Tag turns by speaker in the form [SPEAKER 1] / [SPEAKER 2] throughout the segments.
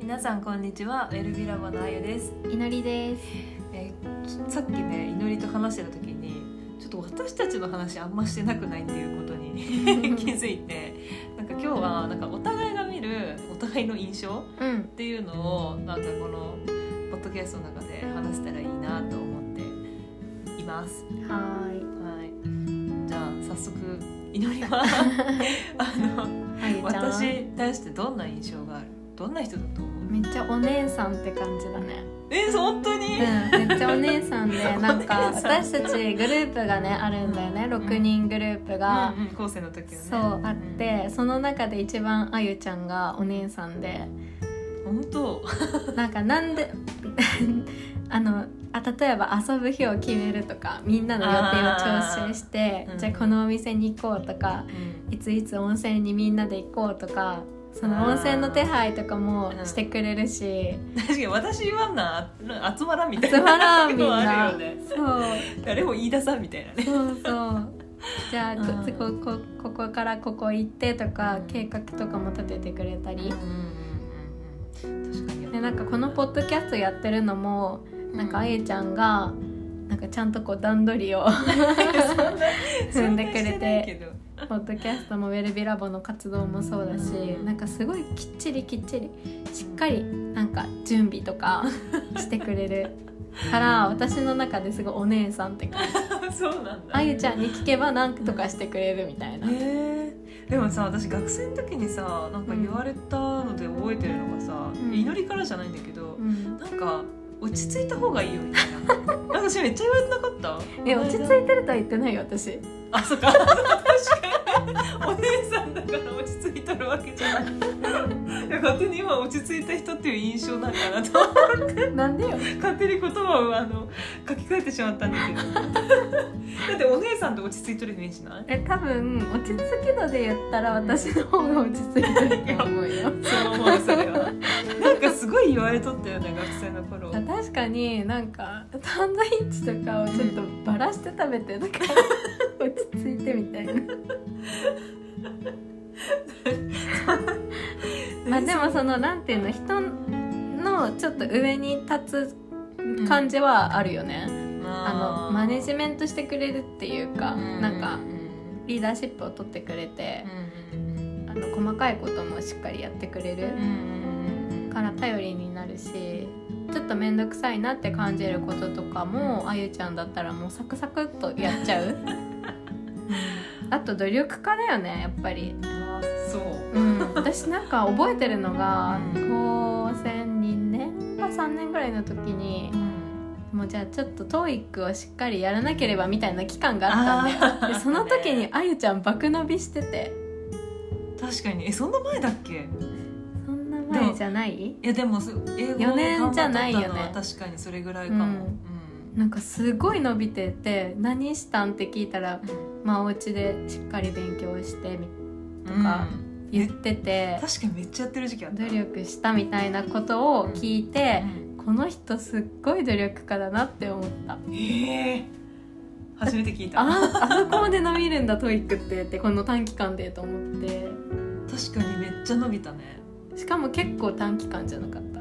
[SPEAKER 1] 皆さんこんにちはウェルビーラボのあゆです、
[SPEAKER 2] いのりです。
[SPEAKER 1] えーさっきねいのりと話してた時にちょっと私たちの話あんましてなくないっていうこと に気づいてなんか今日はなんかお互いが見るお互いの印象
[SPEAKER 2] うん
[SPEAKER 1] っ、ていうのをなんかこのポッドキャストの中で話せたらいいなと思っています。
[SPEAKER 2] は
[SPEAKER 1] はい、じゃあ早速祈り はあの
[SPEAKER 2] ーい。あゆちゃん。
[SPEAKER 1] 私 に対してどんな印象があるどんな人だと思う
[SPEAKER 2] めっちゃお姉さんって感じだね。
[SPEAKER 1] え本当に、
[SPEAKER 2] うん、めっちゃお姉 さんで、なんか
[SPEAKER 1] お姉さん
[SPEAKER 2] 私たちグループがねあるんだよね。
[SPEAKER 1] うん
[SPEAKER 2] 六人グループが。
[SPEAKER 1] うんうん、高生の時はね
[SPEAKER 2] そうあってその中で一番あゆちゃんがお姉さんで
[SPEAKER 1] うん本当
[SPEAKER 2] なんかなんで あのあ例えば遊ぶ日を決めるとかみんなの予定を調整して
[SPEAKER 1] あーうん
[SPEAKER 2] じゃあこのお店に行こうとかいついつ温泉にみんなで行こうとかその温泉の手配とかもしてくれるし、
[SPEAKER 1] 確かに私言わんなあ集まらんみたいな
[SPEAKER 2] 集まらんみん
[SPEAKER 1] の
[SPEAKER 2] な
[SPEAKER 1] あるよね
[SPEAKER 2] そう
[SPEAKER 1] 誰も言い出さんみたいなね
[SPEAKER 2] そうそうじゃあこ
[SPEAKER 1] うん
[SPEAKER 2] ここここからここ行ってとか
[SPEAKER 1] うん
[SPEAKER 2] 計画とかも立ててくれたり
[SPEAKER 1] 確かに
[SPEAKER 2] でなんかこのポッドキャストやってるのもなんかあゆちゃんがなんかちゃんとこう段取りを踏んでくれてポッドキャストもウェルビラボの活動もそうだし
[SPEAKER 1] うん
[SPEAKER 2] なんかすごいきっちりきっちりしっかりなんか準備と かしてくれるから私の中ですごいお姉さんって感じ
[SPEAKER 1] そうなんだ
[SPEAKER 2] あゆちゃんに聞けばなんとかしてくれるみたいな
[SPEAKER 1] へえでもさ私学生の時にさなんか言われたので覚えてるのがさ、
[SPEAKER 2] うん
[SPEAKER 1] 祈りからじゃないんだけど、
[SPEAKER 2] うん
[SPEAKER 1] なんか落ち着いた方がいいよみたいな なんか私めっちゃ言われてなかった
[SPEAKER 2] え落ち着いてるとは言ってないよ私
[SPEAKER 1] あそっか確かにお姉さんだから落ち着いとるわけじゃないいや勝手に今落ち着いた人っていう印象なんかなと
[SPEAKER 2] なんでよ
[SPEAKER 1] 勝手に言葉をあの書き換えてしまったんだけどだってお姉さんって落ち着いとるイメージない
[SPEAKER 2] え多分落ち着き度で言ったら私の方が落ち着いてると思うよ
[SPEAKER 1] そう思うそれはなんかすごい言われとったよね学生の頃
[SPEAKER 2] あ 確かになんかサンドイッチとかをちょっとバラして食べて とか落ち着いてみたいなまあでもそのなんていうの人のちょっと上に立つ感じはあるよね、あのマネジ
[SPEAKER 1] ン
[SPEAKER 2] メントしてくれるっていうか、なんかリーダーシップを取ってくれて、あの細かいこともしっかりやってくれる、から頼りになるしちょっと面倒くさいなって感じることとかもあゆちゃんだったらもうサクサクっとやっ ちゃうあと努力家だよねやっぱり、
[SPEAKER 1] そう
[SPEAKER 2] うん、私なんか覚えてるのが
[SPEAKER 1] うん
[SPEAKER 2] 高専2年か3年ぐらいの時にもうじゃあちょっと TOEIC をしっかりやらなければみたいな期間があったん
[SPEAKER 1] あ
[SPEAKER 2] だよで その時にあゆちゃん爆伸びしてて
[SPEAKER 1] 確かにえそんな前だっけ
[SPEAKER 2] そんな前じゃない
[SPEAKER 1] いやでもす英語
[SPEAKER 2] 四年じゃないよね
[SPEAKER 1] 頑張っとったのは確かにそれぐらいかも、
[SPEAKER 2] う
[SPEAKER 1] うんん
[SPEAKER 2] なんかすごい伸びてて何したんって聞いたらまあお家でしっかり勉強してみ
[SPEAKER 1] うん
[SPEAKER 2] か
[SPEAKER 1] うん
[SPEAKER 2] 言ってて
[SPEAKER 1] 確かにめっちゃやってる時期あった
[SPEAKER 2] 努力したみたいなことを聞いて、この人すっごい努力家だなって思った
[SPEAKER 1] うんええ初めて聞いた
[SPEAKER 2] ああそこまで伸びるんだトイックってってこの短期間でと思って
[SPEAKER 1] 確かにめっちゃ伸びたね
[SPEAKER 2] しかも結構短期間じゃなかった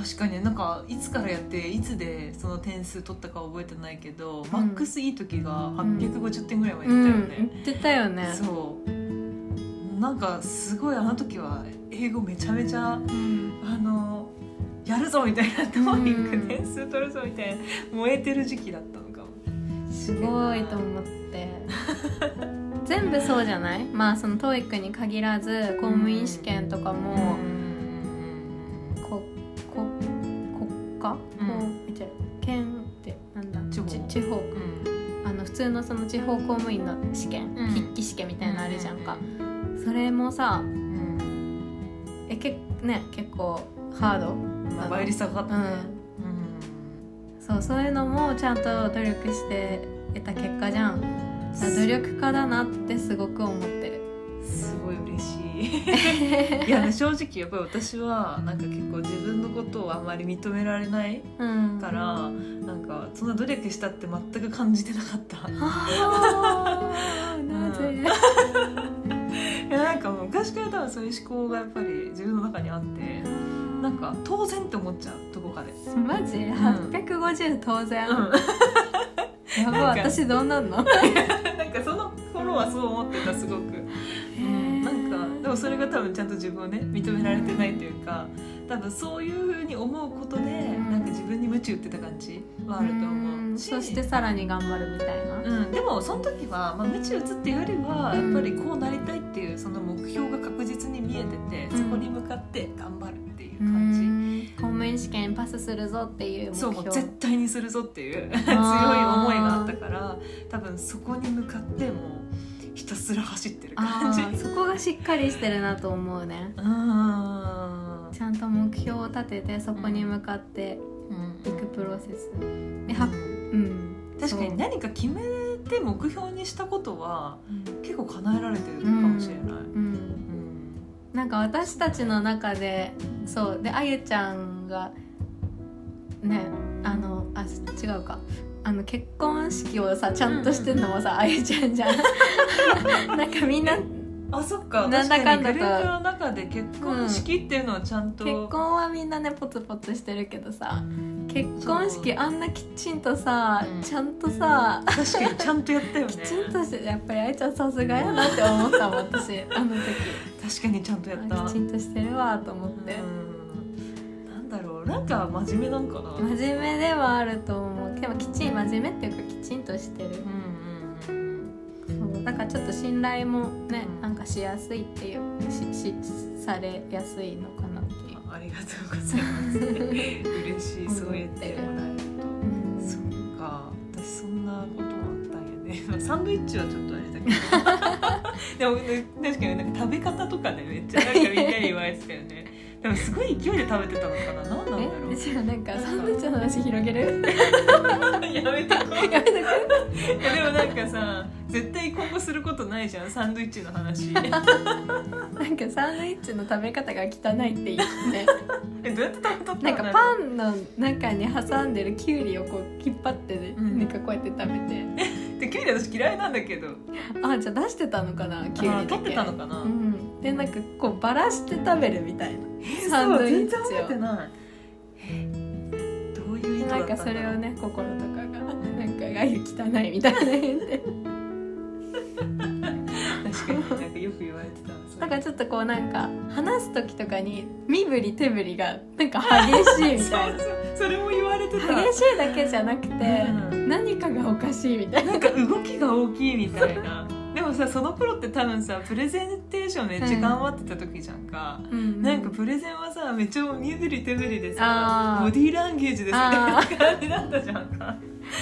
[SPEAKER 1] 確かになんかいつからやっていつでその点数取ったか覚えてないけど、
[SPEAKER 2] ん
[SPEAKER 1] マックスいい時が850点ぐらいまで
[SPEAKER 2] う
[SPEAKER 1] いったよ
[SPEAKER 2] ん
[SPEAKER 1] ね、
[SPEAKER 2] 言ってたよね
[SPEAKER 1] そうなんかすごいあの時は英語めちゃめちゃ
[SPEAKER 2] うん
[SPEAKER 1] あのやるぞみたいなトーニック点数取るぞみたいな燃えてる時期だったのかも
[SPEAKER 2] すごいと思って 全部そうじゃないまあそのトイックに限らず公務員試験とかも、
[SPEAKER 1] うん
[SPEAKER 2] ここ国家、
[SPEAKER 1] うん
[SPEAKER 2] こう違う県ってなんだ
[SPEAKER 1] 地方
[SPEAKER 2] ち地方かあの普通のその地方公務員の試験、
[SPEAKER 1] うん
[SPEAKER 2] 筆記試験みたいなのあるじゃんか、それもさ
[SPEAKER 1] うん
[SPEAKER 2] えけね結構ハード、うん
[SPEAKER 1] まあ、倍率下がったね、うん
[SPEAKER 2] そうそういうのもちゃんと努力して得た結果じゃんだから努力家だなってすごく思ってる
[SPEAKER 1] すごい嬉しいい や、ね、正直やっぱり私はなんか結構自分のことをあまり認められない
[SPEAKER 2] うん
[SPEAKER 1] からなんかそんな努力したって全く感じてなかった
[SPEAKER 2] あーなぜ、
[SPEAKER 1] いやなんかもう昔から多分そういう思考がやっぱり自分の中にあってなんか当然って思っちゃうどこかで、
[SPEAKER 2] マジ850当然、
[SPEAKER 1] うん、
[SPEAKER 2] やば
[SPEAKER 1] なんか
[SPEAKER 2] 私どうなんの
[SPEAKER 1] なんかその頃はそう思ってたすごく、うん、なんかでもそれが多分ちゃんと自分をね認められてないというか多分そういうふうに思うことで、
[SPEAKER 2] ん
[SPEAKER 1] なんか自分に鞭打ってた感じはあると思うし
[SPEAKER 2] そしてさらに頑張るみたいな、
[SPEAKER 1] うん、でもその時は、まあ、鞭打つっていうよりはやっぱりこうなりたいっていうその目標が確実に見えてて、
[SPEAKER 2] うん
[SPEAKER 1] そこに向かって頑張るっていう感じ、
[SPEAKER 2] 公務員試験パスするぞっていう目
[SPEAKER 1] そう
[SPEAKER 2] 標
[SPEAKER 1] もう絶対にするぞっていう 強い思いがあったから多分そこに向かってもうひたすら走ってる感
[SPEAKER 2] あ
[SPEAKER 1] じ。
[SPEAKER 2] ーそこがしっかりしてるなと思うね
[SPEAKER 1] うん
[SPEAKER 2] ちゃんと目標を立ててそこに向かっていくプロセス、ではうん
[SPEAKER 1] 確かに何か決めて目標にしたことは結構叶えられてるかもしれない。
[SPEAKER 2] うんなんか私たちの中でそうであゆちゃんがねあのあ違うかあの結婚式をさちゃんとしてんのもさ、あゆちゃん じゃんなんかみんな結
[SPEAKER 1] あそっか
[SPEAKER 2] なん
[SPEAKER 1] 確
[SPEAKER 2] だ
[SPEAKER 1] かに
[SPEAKER 2] かん
[SPEAKER 1] グ
[SPEAKER 2] だと
[SPEAKER 1] ループの中で結婚式っていうのはちゃんと、
[SPEAKER 2] 婚はみんなねポツポツしてるけどさ結婚式あんなきちんとさ、
[SPEAKER 1] うん
[SPEAKER 2] ちゃんとさ、
[SPEAKER 1] 確かにちゃんとやったよね
[SPEAKER 2] きちんとしてやっぱりあゆちゃんさすがやなって思ったもん私あの時
[SPEAKER 1] 確かにちゃんとやった。
[SPEAKER 2] あきちんとしてるわと思って。
[SPEAKER 1] うんなんだろうなんか真面目なんかな。
[SPEAKER 2] 真面目ではあると思うでもきちん真面目っていうかきちんとしてるそうだからちょっと信頼もね
[SPEAKER 1] うん
[SPEAKER 2] なんかしやすいっていうししされやすいのかなっていう、
[SPEAKER 1] ありがとうございます。嬉しい、そう言ってもらえると。そっか、私そんなこともあったんやね。 まあサンドイッチはちょっとあれだけど。 でも、確かになんか食べ方とかね、めっちゃなんかみんなに言われてたよね。でもすごい勢いで食べてたのかな、なんなんだろ
[SPEAKER 2] え
[SPEAKER 1] う。
[SPEAKER 2] じゃあなんかサンドイッチの話広げ
[SPEAKER 1] やめ
[SPEAKER 2] る
[SPEAKER 1] てこ
[SPEAKER 2] やめてくれ
[SPEAKER 1] う。 でもなんかさ、絶対今後することないじゃん、サンドイッチの 話。
[SPEAKER 2] なんかサンドイッチの食べ方が汚いっ て言って
[SPEAKER 1] え、どうやって食べとった
[SPEAKER 2] なん
[SPEAKER 1] んだ
[SPEAKER 2] か
[SPEAKER 1] ろう
[SPEAKER 2] パンの中に挟んでるきゅうりをこう引っ張ってね、
[SPEAKER 1] うん
[SPEAKER 2] なんかこうやって食べて
[SPEAKER 1] で、キュウリ私嫌いなんだけど。
[SPEAKER 2] あじゃあ出してたのかなきゅうりだ
[SPEAKER 1] あ
[SPEAKER 2] け
[SPEAKER 1] 取ってたのかな。
[SPEAKER 2] うん、でなんかこうバラして食べるみたいな
[SPEAKER 1] え
[SPEAKER 2] サンドイッチを
[SPEAKER 1] そう全然覚えてないえどういう意図だ
[SPEAKER 2] な
[SPEAKER 1] ったんだろ
[SPEAKER 2] んか
[SPEAKER 1] う
[SPEAKER 2] それをね心とかがなんかがゆ汚いみたいな 言って
[SPEAKER 1] 確かになんかよく言われてたそれ
[SPEAKER 2] だからちょっとこうなんか話す時とかに身振り手振りがなんか激しいみたい
[SPEAKER 1] そうそうそれも言われてた
[SPEAKER 2] な激しいだけじゃなくて、
[SPEAKER 1] うん
[SPEAKER 2] 何かがおかしいみたいな
[SPEAKER 1] なんか動きが大きいみたいな でもさその頃って多分さプレゼンテーションめっちゃ頑張ってた時じゃんか、なんかプレゼンはさめっちゃ身振り手振りでさ
[SPEAKER 2] あー
[SPEAKER 1] ボディーランゲージでさ
[SPEAKER 2] あ
[SPEAKER 1] って感じだったじゃんか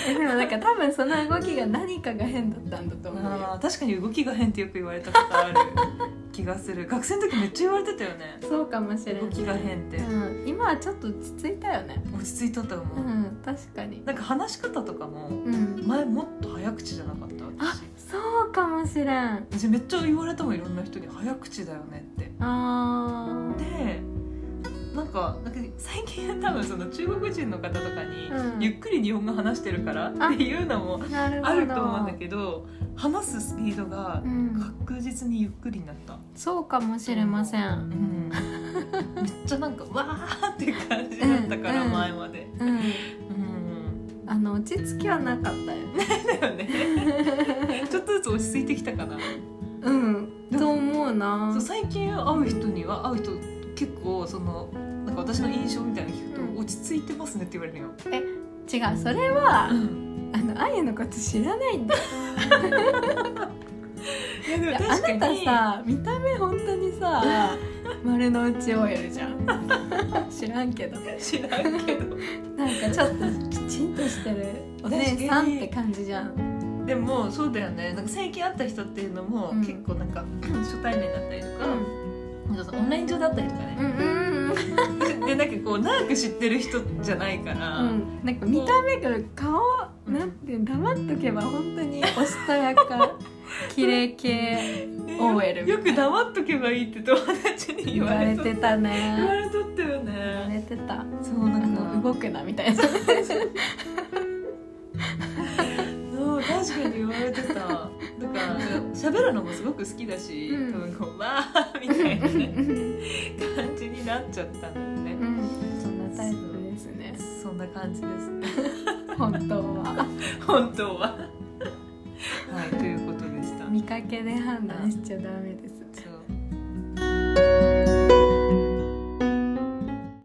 [SPEAKER 2] でもなんか多分その動きが何かが変だったんだと思うよ
[SPEAKER 1] あー確かに動きが変ってよく言われたこと ある気がする学生の時めっちゃ言われてたよね
[SPEAKER 2] そうかもしれない
[SPEAKER 1] 動きが変って、
[SPEAKER 2] うん、今はちょっと落ち着いたよね
[SPEAKER 1] 落ち着いとったと
[SPEAKER 2] う
[SPEAKER 1] 思う、
[SPEAKER 2] ん確かに
[SPEAKER 1] なんか話し方とかも
[SPEAKER 2] うん
[SPEAKER 1] 前もっと早口じゃなかった
[SPEAKER 2] あ
[SPEAKER 1] 私
[SPEAKER 2] そうかもしれん
[SPEAKER 1] 私めっちゃ言われたもんいろんな人に「早口だよね」って
[SPEAKER 2] あ
[SPEAKER 1] でなんかなんか最近多分その中国人の方とかに、
[SPEAKER 2] うん
[SPEAKER 1] ゆっくり日本語話してるからっていうのも
[SPEAKER 2] ーなるほど
[SPEAKER 1] あると思うんだけど話すスピードが
[SPEAKER 2] うん、
[SPEAKER 1] 確実にゆっくりになった、
[SPEAKER 2] そうかもしれません、
[SPEAKER 1] うん、めっちゃなんか「わー」っていう感じだったから、
[SPEAKER 2] うん
[SPEAKER 1] 前まで。
[SPEAKER 2] うん、
[SPEAKER 1] うん
[SPEAKER 2] あの落ち着きはなかったよ ね
[SPEAKER 1] だよねちょっとずつ落ち着いてきたかな
[SPEAKER 2] うんと思うな
[SPEAKER 1] そう最近会う人には会う人結構そのなんか私の印象みたいなの聞くと、
[SPEAKER 2] うん
[SPEAKER 1] 落ち着いてますねって言われるよ、
[SPEAKER 2] 違うそれはあのあゆのこと知らないんだよ
[SPEAKER 1] いやでも
[SPEAKER 2] あ
[SPEAKER 1] 確か
[SPEAKER 2] なた
[SPEAKER 1] に
[SPEAKER 2] さ見た目本当に さ丸の内 OL じゃん知らんけど
[SPEAKER 1] 知らんけど
[SPEAKER 2] なんかちょっときちんとしてるお姉さんって感じじゃん
[SPEAKER 1] でもそうだよねなんか最近会った人っていうのも、
[SPEAKER 2] うん
[SPEAKER 1] 結構なんか初対面だったりとか、なんかそのオンライン上だったりとかね
[SPEAKER 2] う、んうんうん
[SPEAKER 1] でなんかこう長く知ってる人じゃないから、
[SPEAKER 2] うんなんか見た目が顔なんて黙っとけば本 当におしとやか綺麗系
[SPEAKER 1] で
[SPEAKER 2] OL
[SPEAKER 1] よく黙っとけばいいって友達に言
[SPEAKER 2] 言
[SPEAKER 1] わ
[SPEAKER 2] わ
[SPEAKER 1] れ
[SPEAKER 2] れ
[SPEAKER 1] とって
[SPEAKER 2] た
[SPEAKER 1] 言われ
[SPEAKER 2] ね
[SPEAKER 1] とったよ
[SPEAKER 2] 言わ
[SPEAKER 1] ね
[SPEAKER 2] れてた
[SPEAKER 1] そうな
[SPEAKER 2] あ
[SPEAKER 1] んか
[SPEAKER 2] の動くなみたいな
[SPEAKER 1] そう確かに言われてただから喋るのもすごく好きだし、
[SPEAKER 2] うん
[SPEAKER 1] 多分こう「わー」みたいなね
[SPEAKER 2] うん
[SPEAKER 1] 感じになっちゃったんだよね。
[SPEAKER 2] そんなタイプですね
[SPEAKER 1] そんな感じです。
[SPEAKER 2] 本当は
[SPEAKER 1] 本当は。はい、ということでした。
[SPEAKER 2] 見かけで判断しちゃダメです
[SPEAKER 1] そう